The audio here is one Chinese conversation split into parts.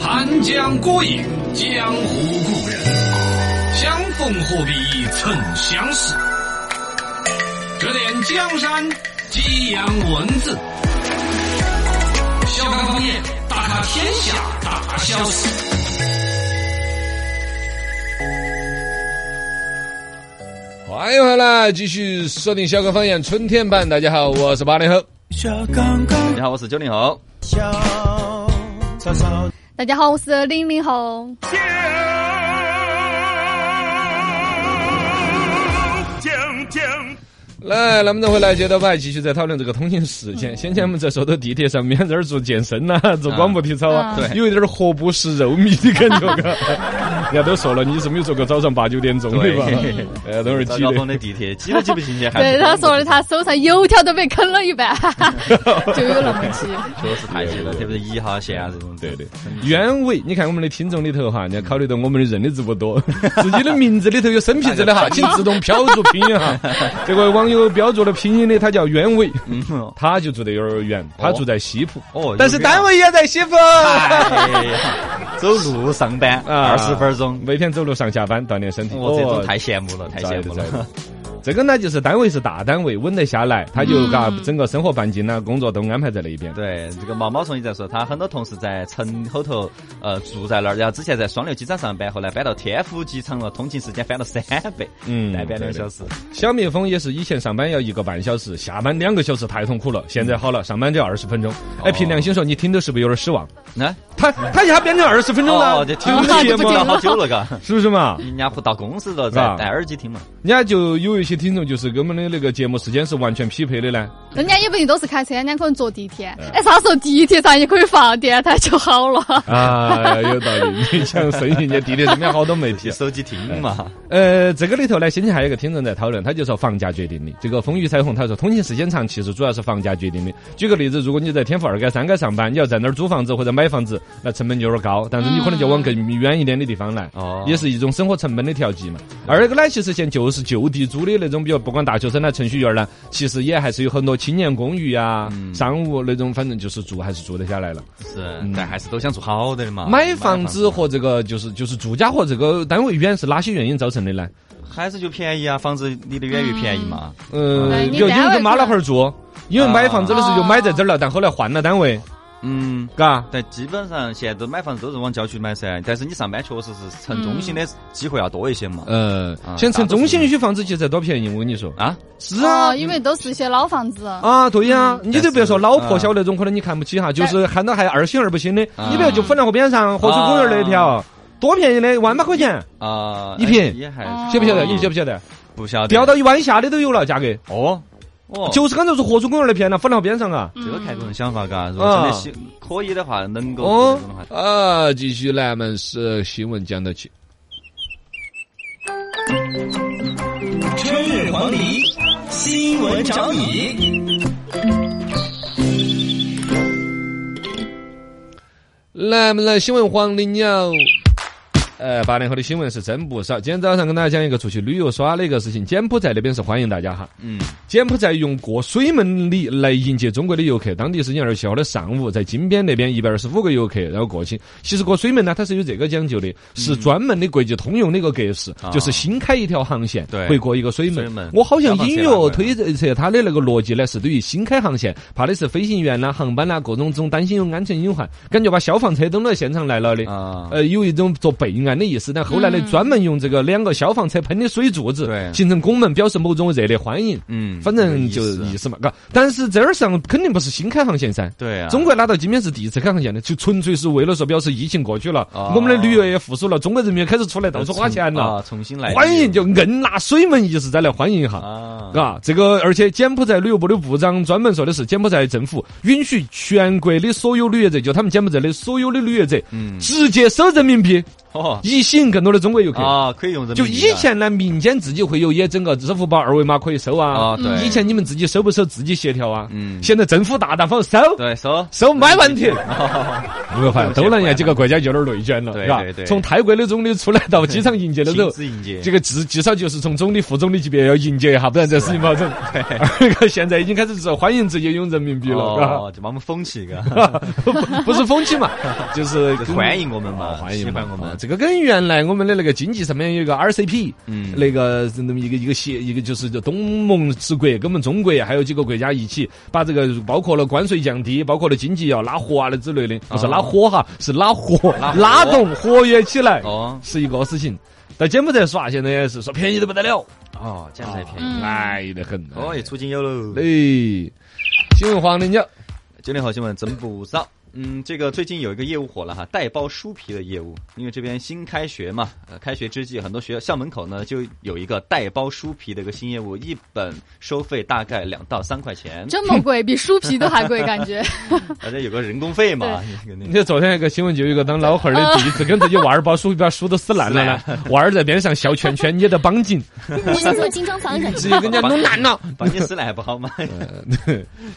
谈江孤影，江湖故人。相逢何必曾相识，指点江山，激扬文字。小刚方言，打卡天下大小事。欢迎回来，继续锁定小刚方言春天版。大家好，我是八零后。小刚刚你好，我是九零后。小草草，大家好，我是零零后。 来，那么再回来接到麦，继续在讨论这个通勤时间。先前我们在说到地铁上面，在这儿做健身呐、做广播体操啊，啊对有一点儿活不食肉糜的感觉。嘎人家都说了，你是没有坐过早上八九点钟的吧？哎，等会儿早挤高峰的。的地铁挤都挤不进去，还对，是他说的，他手上油条都被啃了 一半，就有那么急。确实太挤了，特别是一号线啊这种。对对，原委，你看我们的听众里头哈，人家考虑到我们的人的字不多，自己的名字里头有生僻字的哈，请自动标注拼音哈。这位网友标注了拼音的，他叫原委，嗯，他就住得有点远，他住在西浦， 哦，但是有点单位也在西浦。哎呀走路上班啊二十分钟，每天走路上下班锻炼身体。我这种哦太羡慕了，太羡慕在的在了的。这个呢，就是单位是大单位，稳得下来，他嗯就嘎整个生活半径呢，工作都安排在那边。 对，这个毛毛虫也在说，他很多同事在城后头，呃，住在那儿，然后之前在双流机场上班，后来搬到天府机场了，通勤时间翻了三倍，嗯代班对对两小时。小蜜蜂也是以前上班要一个半小时，下班两个小时太痛苦了，现在好了，上班只要二十分钟。哦哎，凭良心说，你听着是不是有点失望？那啊他他一下变成二十分钟了，哦，这听 听了得节见目吗了好久了，嘎。是不是嘛？人家不到公司了，是吧再戴耳机听嘛。人家就有一些听众就是跟我们的那个节目时间是完全匹配的呢。人家也不一定都是开车，人家可能坐地铁。嗯哎，啥时候地铁上也可以放电台就好了？ 啊，有道理，你讲生意，人家地铁上面好多媒体你。手机听嘛， 呃，这个里头呢，先前还有一个听众在讨论，他就说房价决定的。这个风雨彩虹他说，通勤时间长其实主要是房价决定的。举个例子，如果你在天府二街、三街上班，你要在那儿租房子或者买房子，那成本就有点高，但是你可能就往更远一点的地方来，哦也是一种生活成本的调剂嘛。二个呢，其实现在就是就地租的那种，比如不管大学生啦、程序员啦，其实也还是有很多青年公寓啊、商务那种，反正就是住还是住得下来了。是，但还是都想做好的嘛。嗯买房子和这个就是就是住家和这个单位远是哪些原因造成的呢？还是就便宜啊，房子离得远越便宜嘛。呃，啊对哎你就因单为位跟妈可老能啊汉儿住，因为买房子的时候就买在这儿了，但后来换了单位，嗯，嘎。但基本上现在都买房子都是往郊区买噻，但是你上班确实是城中心的机会要多一些嘛。呃，啊现在城大多中数心区房子其实多便宜，我跟你说。啊，是啊哦，，因为都是一些老房子。啊，对呀，你但都别说嗯是老破小那种，可能你看不起哈，就是喊到还二星二不星的，你不要就啊府南河边上河水公园那一条，多便宜的，万把块钱，啊，一平也还哦晓不晓得？哦你晓不晓得？不晓得掉到一万以下的都有了，价格哦哦，就是刚才说河水公园那片了，府南河边上啊。这个看个人想法嘎。如果真的喜可以的话，能够哦做这种的话，啊，继续南门市新闻讲到起。春日黄鹂，新闻找你。来，我们来新闻黄鹂鸟。呃，八零后的新闻是真不少。今天早上跟大家讲一个出去旅游耍的一个事情，柬埔寨那边是欢迎大家哈。嗯，柬埔寨用过水门礼来迎接中国的游客。当地时间二十七号的上午，在金边那边一百二十五个游客，然后过去。其实过水门呢，它是有这个讲究的，是专门的国际通用的一个格式，嗯啊就是新开一条航线对会过一个水门水。门我好像隐消防约车拉过推测它的那个逻辑呢，是对于新开航线，怕的是飞行员啦、航班啦各种种担心有安全隐患，感觉把消防车都弄到现场来了的。啊，呃，有一种做备案的意思，但后来呢，专门用这个两个消防车喷的水柱子，嗯对形成拱门，表示某种热烈欢迎。嗯，反正就这个意意思思嘛，嘎。但是这儿上肯定不是新开航线噻。对啊，中国拉到今天是第一次开航线的，就纯粹是为了说表示疫情过去了，哦我们的旅游业复苏了，中国人民也开始出来到处花钱了，啊，重新来欢迎就硬拿水门意识再来欢迎一下。啊，啊，这个而且柬埔寨旅游部的部长专门说的是，柬埔寨政府允许全国的所有旅游者，就他们柬埔寨的所有的旅游者，嗯直接收人民币，哦，以吸引更多的中国游客。啊，可以用人民就币以的前呢，民间自己会有也整个支付宝二维码可以收啊。啊，对，以前你们自己收不收自己协调啊？嗯现在政府大大方收，对收收没问题。 哦有没有发现，东南亚几个国家有点内卷了，对是吧对？对从泰国的总理出来到机场迎接 的时候亲自迎接，这个至至少就是从总理、副总理级别要迎接一下，不然这事情不 好整。那个 现在已经开始说欢迎直接用人民币了，是吧？哦，就把我们封起一个， 不不是风气 嘛，就是就是欢迎我们嘛，哦欢喜迎啊欢我们。这个跟原来我们的那个经济上面有一个 RCP，嗯那个是那么一个一个协一个就是叫东盟十国跟我们中国还有几个国家一起把这个包括了关税降低，包括了经济要拉活啊的之类的，不是哦拉火哈，是拉活 拉，活拉动活跃起来，哦是一个事情。到柬埔寨耍，现在也是说便宜的不得了，哎哦，这样才便宜。嗯来的很。哦，也出金油喽。啊哎，新闻黄连角，九零后新闻真不少。嗯，这个最近有一个业务火了哈，带包书皮的业务。因为这边新开学嘛，呃，开学之际，很多学校校门口呢就有一个带包书皮的一个新业务，一本收费大概两到三块钱，这么贵，比书皮都还贵，感觉。而且有个人工费嘛。那个你那个看昨天那个新闻就有一个当老汉儿的弟子跟自己娃儿把书把书都撕烂了 呢，娃儿在边上笑圈圈捏得绑紧，我是做精装房 人。直接跟人家弄烂了。嗯把你撕了还不好吗？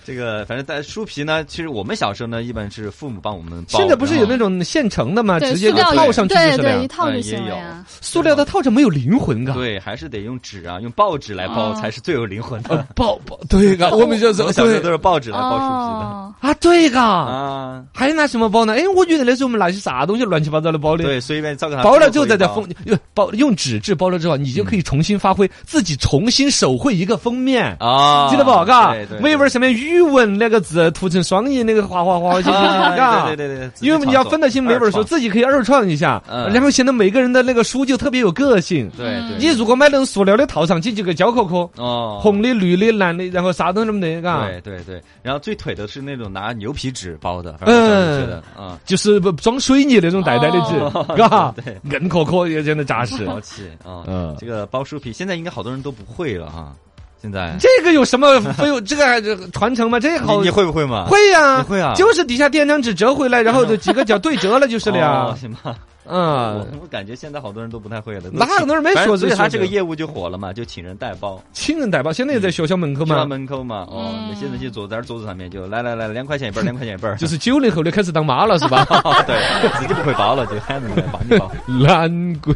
这个反正带书皮呢，其实我们小时候呢，一般是父母帮我们 包。现在不是有那然后种现成的吗？对，直塑接就料套上去对就是了对，一呀。套就嗯行也了有呀。塑料的套着没有灵魂嘎。对，还是得用纸啊，用报纸来包哦才是最有灵魂呃的。，抱抱对 嘎，我们哦哎就是我小时候都对是报纸来包书皮的哦，啊，对嘎，啊。还拿什么包呢？哎，我觉得那时候我们拿些啥东西乱七八糟的包的。对，随便照个包了之后再在封，用包用纸质包了之后，你就可以重新发挥，自己重新手绘一个封面。啊，记得不？嘎对对，对微文上面语文那个字涂成双音，那个划划划划进去，啊嘎对。对对对，因为你要分得清每本书，字，自己可以二创一下，嗯然后显得每个人的那个书就特别有个性。对对，你如果买那种塑料的套上去，就个胶壳壳，哦，红啊的、绿的、蓝的，然后啥都那么的，嘎。对对对，然后最腿的是那种拿牛皮纸包的，反正我嗯小时候觉得啊，就是不装水泥那种袋袋的哦纸，嘎对，硬壳壳也真的扎实。淘气啊，嗯这个包书皮现在应该好多人都不会了哈，现在这个有什么非有这个还这个传承吗？这个你好你会不会嘛？会呀，你会啊就是底下垫张纸折回来，然后就几个角对折了就是了哦呀。行吧，我嗯，我感觉现在好多人都不太会了，哪有那人没反说正所以这他事这个的业务就火了嘛，就请人带包，亲人带包，现在也在学校门口就在嘛。门口嘛，哦，嗯那现在就坐在那儿桌子上面就来来来，两块钱一本儿，两块钱一本儿，就是九零后的开始当妈了是 吧？哦 对，自己不会包了，就喊人来帮你 包。懒鬼，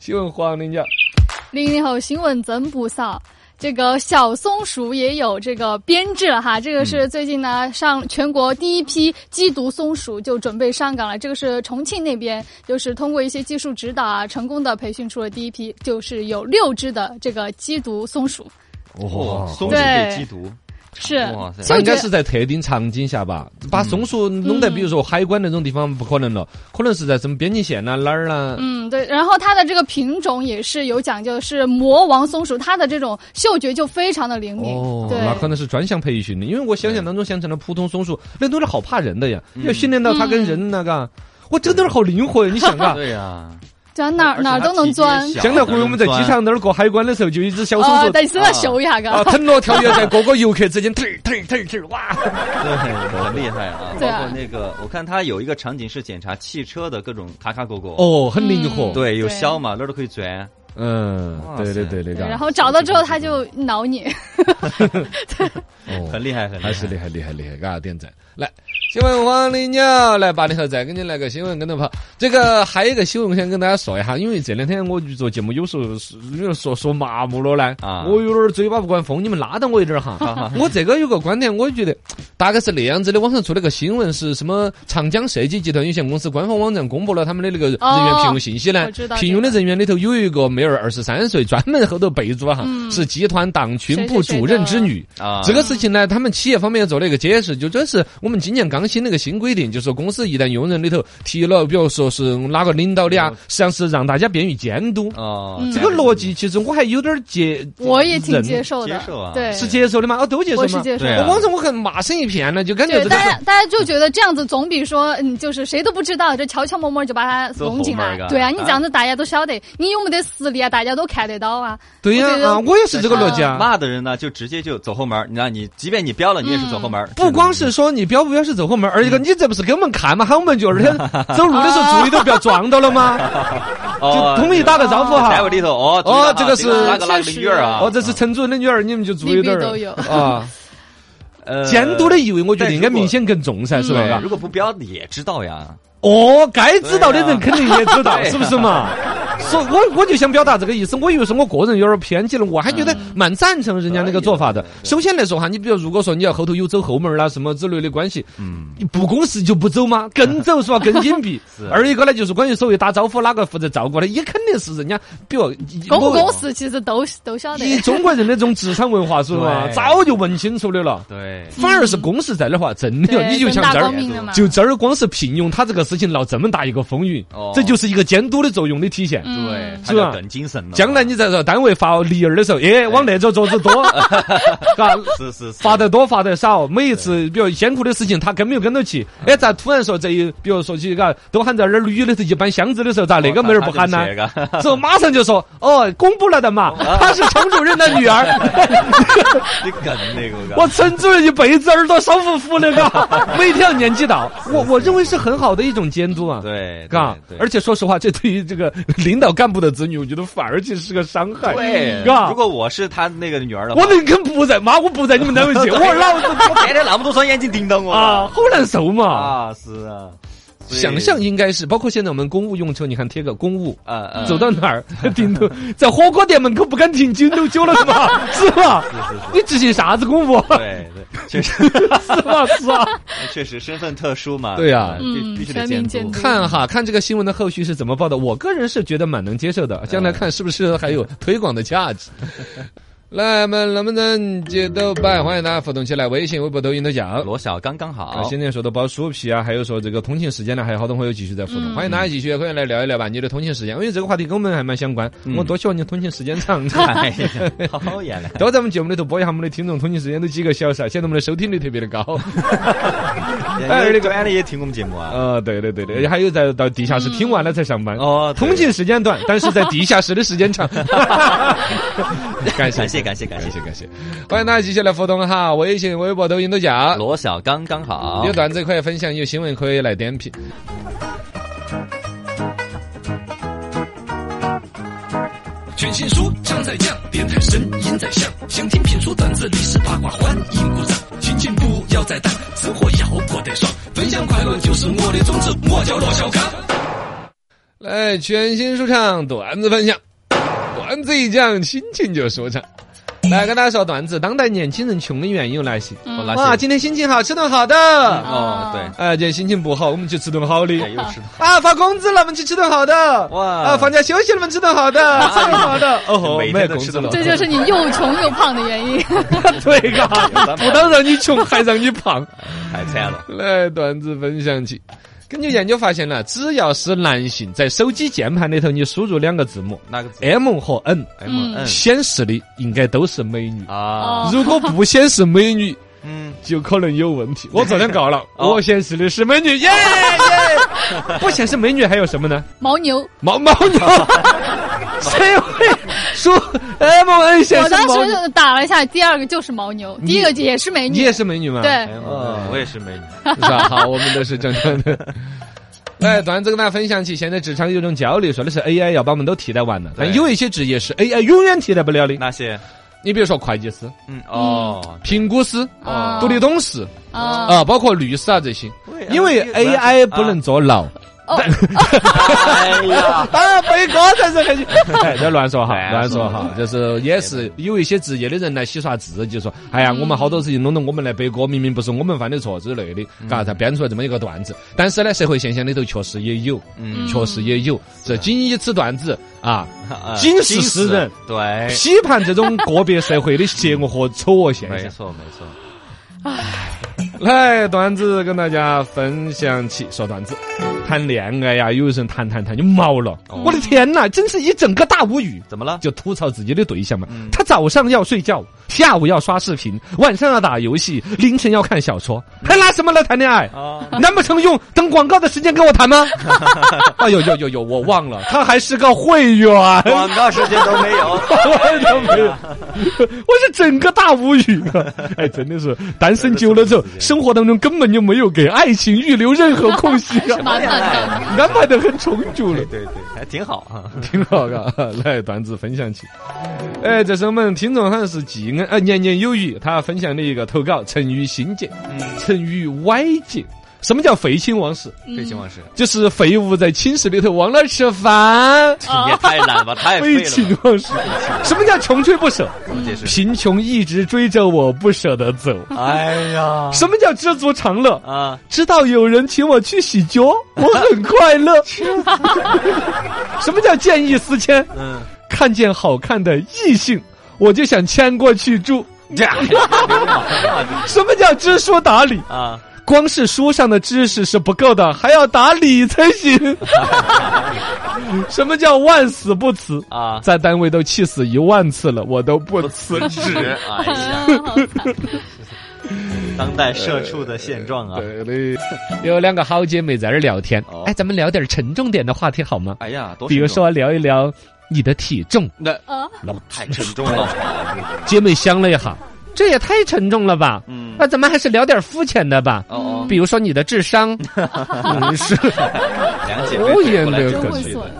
新闻黄连讲，零零后新闻真不少。这个呃小松鼠也有这个编制了哈，这个是最近呢上全国第一批缉毒松鼠就准备上岗了。这个是重庆那边，就是通过一些技术指导啊，成功的培训出了第一批，就是有六只的这个缉毒松鼠。哇，松鼠对被缉毒，是，哇塞所它以我应觉该得是在特定场景下吧，把松鼠弄在比如说海关那种地方不可能了，可能是在什么边境线啊呐哪儿啦。嗯，对，然后它的这个品种也是有讲究，是魔王松鼠，它的这种嗅觉就非常的灵敏。哦，嗯对，那可能是专项培训的，因为我想象当中想成了普通松鼠，那东西好怕人的呀，要训练到它跟人那嗯个，我这个东西好灵魂，你想 啊。对呀，对啊，哪儿哪儿都能钻。将来会我们在机场那儿过海关的时候，就一只小松哦鼠在你身上嗅一下，嘎、啊，腾挪跳跃在各个游客之间， 腾腾腾腾，哇！对，很厉害啊！对包啊括那个，我看他有一个场景是检查汽车的各种卡卡狗狗，哦，很灵活。嗯对，有对销嘛，那儿都可以钻。嗯，对对对，那对个。然后找到之后，它就挠你。哦很厉害，很厉害还是厉害厉害厉害，嘎点赞！来，新闻黄鹂鸟，来八零后再给你来个新闻跟着跑。这个还有一个新闻，我想跟大家说一下，因为这两天我做节目，有时候是有时候说说麻木了呢，啊我有点儿嘴巴不管风，你们拉到我一点儿 哈。 我这个有个观点，我觉得大概是那样子的。网上出了个新闻，是什么长江设计集团有限公司官方网站公布了他们的那个人员聘用信息呢哦我知道？聘用的人员里头有一个妹儿，二十三岁，专门后头备注了哈，嗯是集团党群部主任之谁谁谁的女。啊！这个事情呢，他们企业方面也做了一个解释，就这是我们今年刚新那个新规定，就是说公司一旦用人里头提了，比如说是哪个领导的啊，实际上是让大家便于监督。哦嗯，这个逻辑其实我还有点儿接，我也挺接忍受的，接受啊对，是接受的吗？哦，都接受我是吗？接受对的。我啊网上我很骂声一片呢，就感觉对，这个大家大家就觉得这样子总比说，嗯，就是谁都不知道，就悄悄摸摸就把它都弄进后门来儿嘎。对啊，你啊这样子大家都晓得，你有没得实地啊，大家都看得到啊。对呀我觉得啊，我也是这个逻辑啊。骂的人呢，就直接就走后门儿。你让你，即便你标了，你也是走后门儿。不光是说你标不标是走后门，而一嗯个你这不是给我们看嘛，喊我们就二 天走路的时候注意都不要撞到了吗？就哦，统一打个招呼待哈会。里头哦哦这个是那个那个女儿啊，哦，这是城主的女儿，你们就注意点里边都儿有啊。 呃监督的意味，我觉得应该但如果明显更重噻，是不是对，啊？如果不标也知道呀。哦，该知道的人对肯定也知道， 对啊是不是嘛？所以我我就想表达这个意思，我以为是我个人有点偏激了，我还觉得蛮赞成人家那个做法的嗯可以的。啊对首先来说哈，你比如如果说你要后头有走后门啦什么之类的关系，嗯，你不公示就不走 吗？跟走是吧？更隐蔽是。二一个呢，就是关于所谓打招呼哪个负责照顾的，也肯定是人家，比如公不我公司其实都都晓得。以中国人的这种职场文化是吧，对早就问清楚的了。对，反而是公示在的话，真的对，你就正像大这儿光，明的嘛。就这儿光是聘用他这个事情闹这么大一个风云哦，这就是一个监督的作用的体现。嗯对，是吧他叫梗精神了。将来你在这单位发梨儿的时候，哎，往那桌桌子 多，嘎，是是是 发得多发得少，每一次比如艰苦的事情，他跟没有跟到起。嗯哎，咋突然说这一，比如说起嘎，都喊在那儿女的头一搬箱子的时候，咋那个妹儿不喊呢？哦他他就写个 哦之后马上就说，哦，公布了的嘛，她是程主任的女 儿，你梗那个，我程主任一辈子耳朵烧乎乎的， 嘎，每天要年纪大，我我认为是很好的一种监督啊。。对，嘎对，对而且说实话，这对于这个领导干部的子女，我觉得反而其实是个伤害。对，嘎哎如，果我是他那个女儿的话，我 宁肯不在，妈，我不在你们单位去，我老子我 天天那么多双眼睛盯到我啊，好难受嘛。啊，是啊，所以想象应该是，包括现在我们公务用车，你看贴个公务。啊啊，走到哪儿， 顶头在火锅店门口不敢停九九九了是 吧？是吧？你执行啥子公务？对对，确实 是吧？是吧？确实身份特殊嘛，对呀啊必嗯必须得全民监监督看哈，看这个新闻的后续是怎么报道。我个人是觉得蛮能接受的，将来看是不是还有推广的价 值。来，我们能不能接豆瓣？欢迎大家互动起来，微信、微博、抖音都讲。罗小刚刚啊，好，现在说到包书皮啊，还有说这个通勤时间呢，还有好多朋友继续在互动，嗯欢迎大家继续可以来聊一聊吧，你的通勤时间，因为这个话题跟我们还蛮相关，嗯我多希望你通勤时间 长。 哎呀好啊眼嘞，都在我们节目里头播一下我们的听众通勤时间都几个小时啊，显得我们的收听率特别的 高。 哎那那个个安利也听我们节目啊，呃，对对对对，还有在到地下室听完了才上班。哦，对通勤时间短，但是在地下室的时间 长。感谢感谢感谢感感谢谢感谢，欢迎大家继续来互动哈，微信、微博、抖音都讲。罗小刚刚好有，段子可以分享，有新闻可以来点评。全新书唱在酱，电台声音在响，想听评书、段子、历史八卦，欢迎鼓掌。心情不要再淡，生活要过得爽，分享快乐就是我的宗旨。我叫罗小刚。来，全新说唱段子分享，段子一讲，心情就舒畅。来跟大家说段子，当代年轻人穷的原因有哪些？嗯我拉哇，些今天心情好，吃顿好的。哦，对，哎，今天心情不好，我们去吃顿好的。又吃啊，发工资了，我们去吃顿好的。哎哇啊，放假休息了，我们吃顿好的， 吃顿好的。哦吼，每没有天都工资吃顿了好。这就是你又穷又胖的原因。对嘎，哎不但让你穷，还让你胖。太惨了，来，段子分享起。根据研究发现了，只要是男性在手机键盘里头，你输入两个字母那个字 M 和 N， M 嗯哦 N 显示的应该都是美女。啊，如果不显示美女，嗯，就可能有问题。我昨天搞了，哦我显示的是美女，耶耶！不显示美女还有什么呢？牦牛，牦牦牛，谁会说 M N 显我示当牦牛？时打了一下，第二个就是牦牛，第一个也是美女。你也是美女吗？对，嗯我也是美女，是吧？好，我们都是正常的。来，段子跟大家分享起，现在职场有种焦虑，说的是 AI 要把我们都替代完了，但对有一些职业是 AI 永远替代不了的。那些，你比如说会计师、嗯，哦，评估师、啊独立董事啊，啊，包括律师啊这些，对啊因为 AI 不能，坐牢。哦，哎呀， 当然，飞哥才是很， 哎，这乱说哈，哎乱说哈，就是也是有一些职业的人来洗刷自己，说，哎呀，我们好多事情弄得我们来背锅，明明不是我们犯的错之类的，嘎，才编出来这么一个段子。但是呢，社会现象里头确实也有，嗯确实也有，这仅以此段子啊，啊今世识人，对，批判这种个别社会的邪恶和丑恶现没象。错没错，来，段子跟大家分享起，说段子。谈恋爱呀，有些人谈谈谈就毛了，我的天哪，真是一整个大无语。怎么了？就吐槽自己的对象嘛，他早上要睡觉，下午要刷视频，晚上要打游戏，凌晨要看小说，还拿什么来谈恋爱？啊，难不成用等广告的时间跟我谈吗？哎呦呦呦呦，我忘了，他还是个会员，广告时间都没 有。我都没有，我是整个大无语了。哎，真的是单身久了之后，生活当中根本就没有给爱情预留任何空隙是啊，满满的。安排的很充足了对。对对，还挺好啊。挺好的，来段子分享起。哎，这是我们听众好像是季恩啊，年年有余，他分享的一个投稿成语新解，成语歪解。什么叫废寝忘食？废寝忘食，就是废物在寝室里头忘了吃饭，你也太懒 吧，太废废了寝吧。忘食。什么叫穷追不舍？怎么解释？贫穷一直追着我，不舍得走。哎 呀，什么叫知足常乐？啊，知道有人请我去洗脚，我很快乐。什么叫见异思迁？嗯， 看见好看的异性，我就想牵过去住。什么叫知书达理？啊，光是书上的知识是不够的，还要打理才行。什么叫万死不辞 啊在单位都气死一万次了，我都不辞是，职。哎呀，啊好惨当代社畜的现状啊。对的，有两个好姐妹在这儿聊天哦，哎，咱们聊点沉重点的话题好吗？哎呀，多比如沉重，说聊一聊你的体重。那啊！太沉重 了。姐妹想了一下，这也太沉重了吧？嗯，那咱们还是聊点肤浅的吧。哦，比如说你的智商，嗯是 哦两姐妹无言过来的过感真猥去琐的，，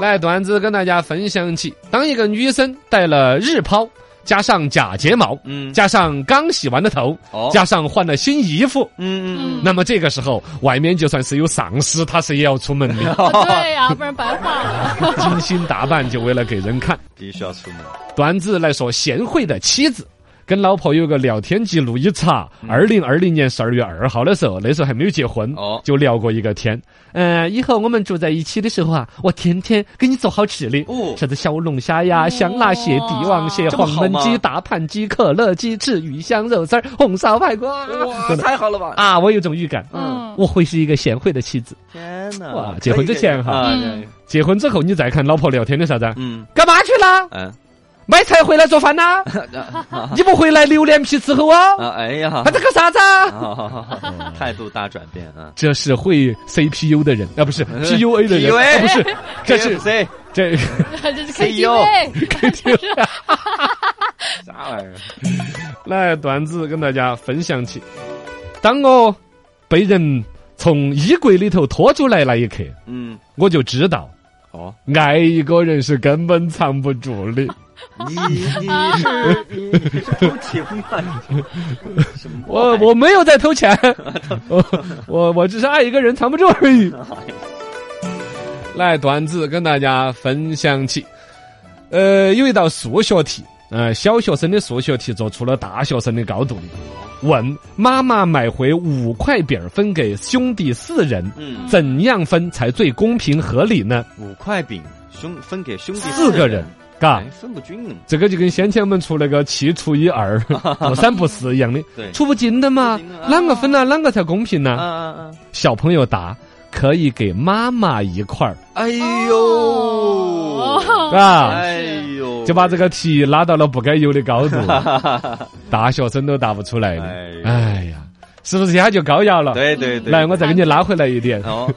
来段子跟大家分享起。当一个女生戴了日抛，加上假睫毛，嗯，加上刚洗完的头，哦加上换了新衣服，嗯嗯嗯，那么这个时候外面就算是有丧尸，她是也要出门 的，对呀，不然白画了。精心打扮就为了给人看。必须要出门。段子来说，贤惠的妻子。跟老婆有个聊天记录一查，二零二零年十二月二号的时候，那时候还没有结婚，哦就聊过一个天。嗯、以后我们住在一起的时候啊，我天天给你做好吃的，哦啥子小龙虾呀、哇香辣蟹、帝王蟹、这么黄好焖吗鸡、大盘鸡、可乐鸡翅、鱼香肉丝儿、红烧排骨啊，真的太好了吧！啊！我有种预感，嗯，我会是一个贤惠的妻子。天哪！哇结婚之前哈啊嗯结婚之后，你再看老婆聊天的啥子啊？嗯干嘛去啦？嗯买菜回来做饭 啦？你不回来榴莲皮伺候啊？啊，哎呀 还，在搞啥子啊？啊态度大转变啊！这是会 CPU 的人啊，不是 PUA 的人， PUA 啊不是，这是谁？这这是 CEO KTV，啥玩意儿？来段子跟大家分享起。当我被人从衣柜里头拖出来那一刻，嗯，我就知道哦，爱一个人是根本藏不住的。你你是你你是偷情啊？你什么我我没有在偷钱，我我我只是爱一个人藏不住而已。来，段子跟大家分享起。呃，有一道数学题，呃，小学生的数学题做出了大学生的高度。问妈妈买回五块饼儿分给兄弟四人，嗯，怎样分才最公平合理呢？五块饼兄分给兄弟四个人，啊嘎、哎，分不均呢。这个就跟先前我们出那个七除以二、不三不四一样的，对除不尽的嘛除不尽的，啊啷个分呢？啷个才公平啊呢？啊啊！小朋友答：可以给妈妈一块儿哎呦，哦啊，哎呦，就把这个题拉到了不该有的高 度，大学生都答不出来的。哎呀，哎呀，是不是一下就高压了？对对对，来，我再给你拉回来一点，哦，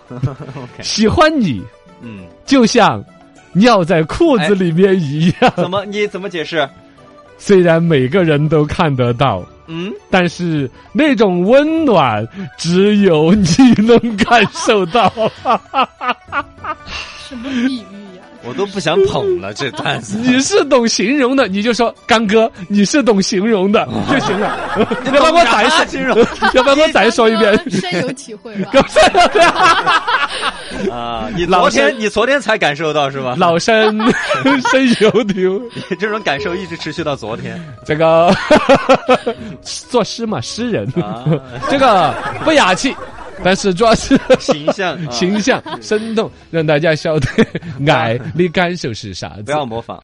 喜欢你嗯，就像尿在裤子里面一样，怎么你怎么解释？虽然每个人都看得到。 嗯，但是那种温暖只有你能感受 到。什么比喻呀？我都不想捧了这段子。你是懂形容的，你就说刚哥，你是懂形容的啊就行了。 要不然我再说，形 容要不然我再说一遍。深有体会吧？ 啊！你昨天你昨天才感受到是吧？ 老生 深有体会，你 这种感受一直持续到昨天这个作诗嘛，诗人，啊， 这个不雅气，但是主要是形象 啊形象生动，让大家晓得爱的感受是啥子不。要模仿。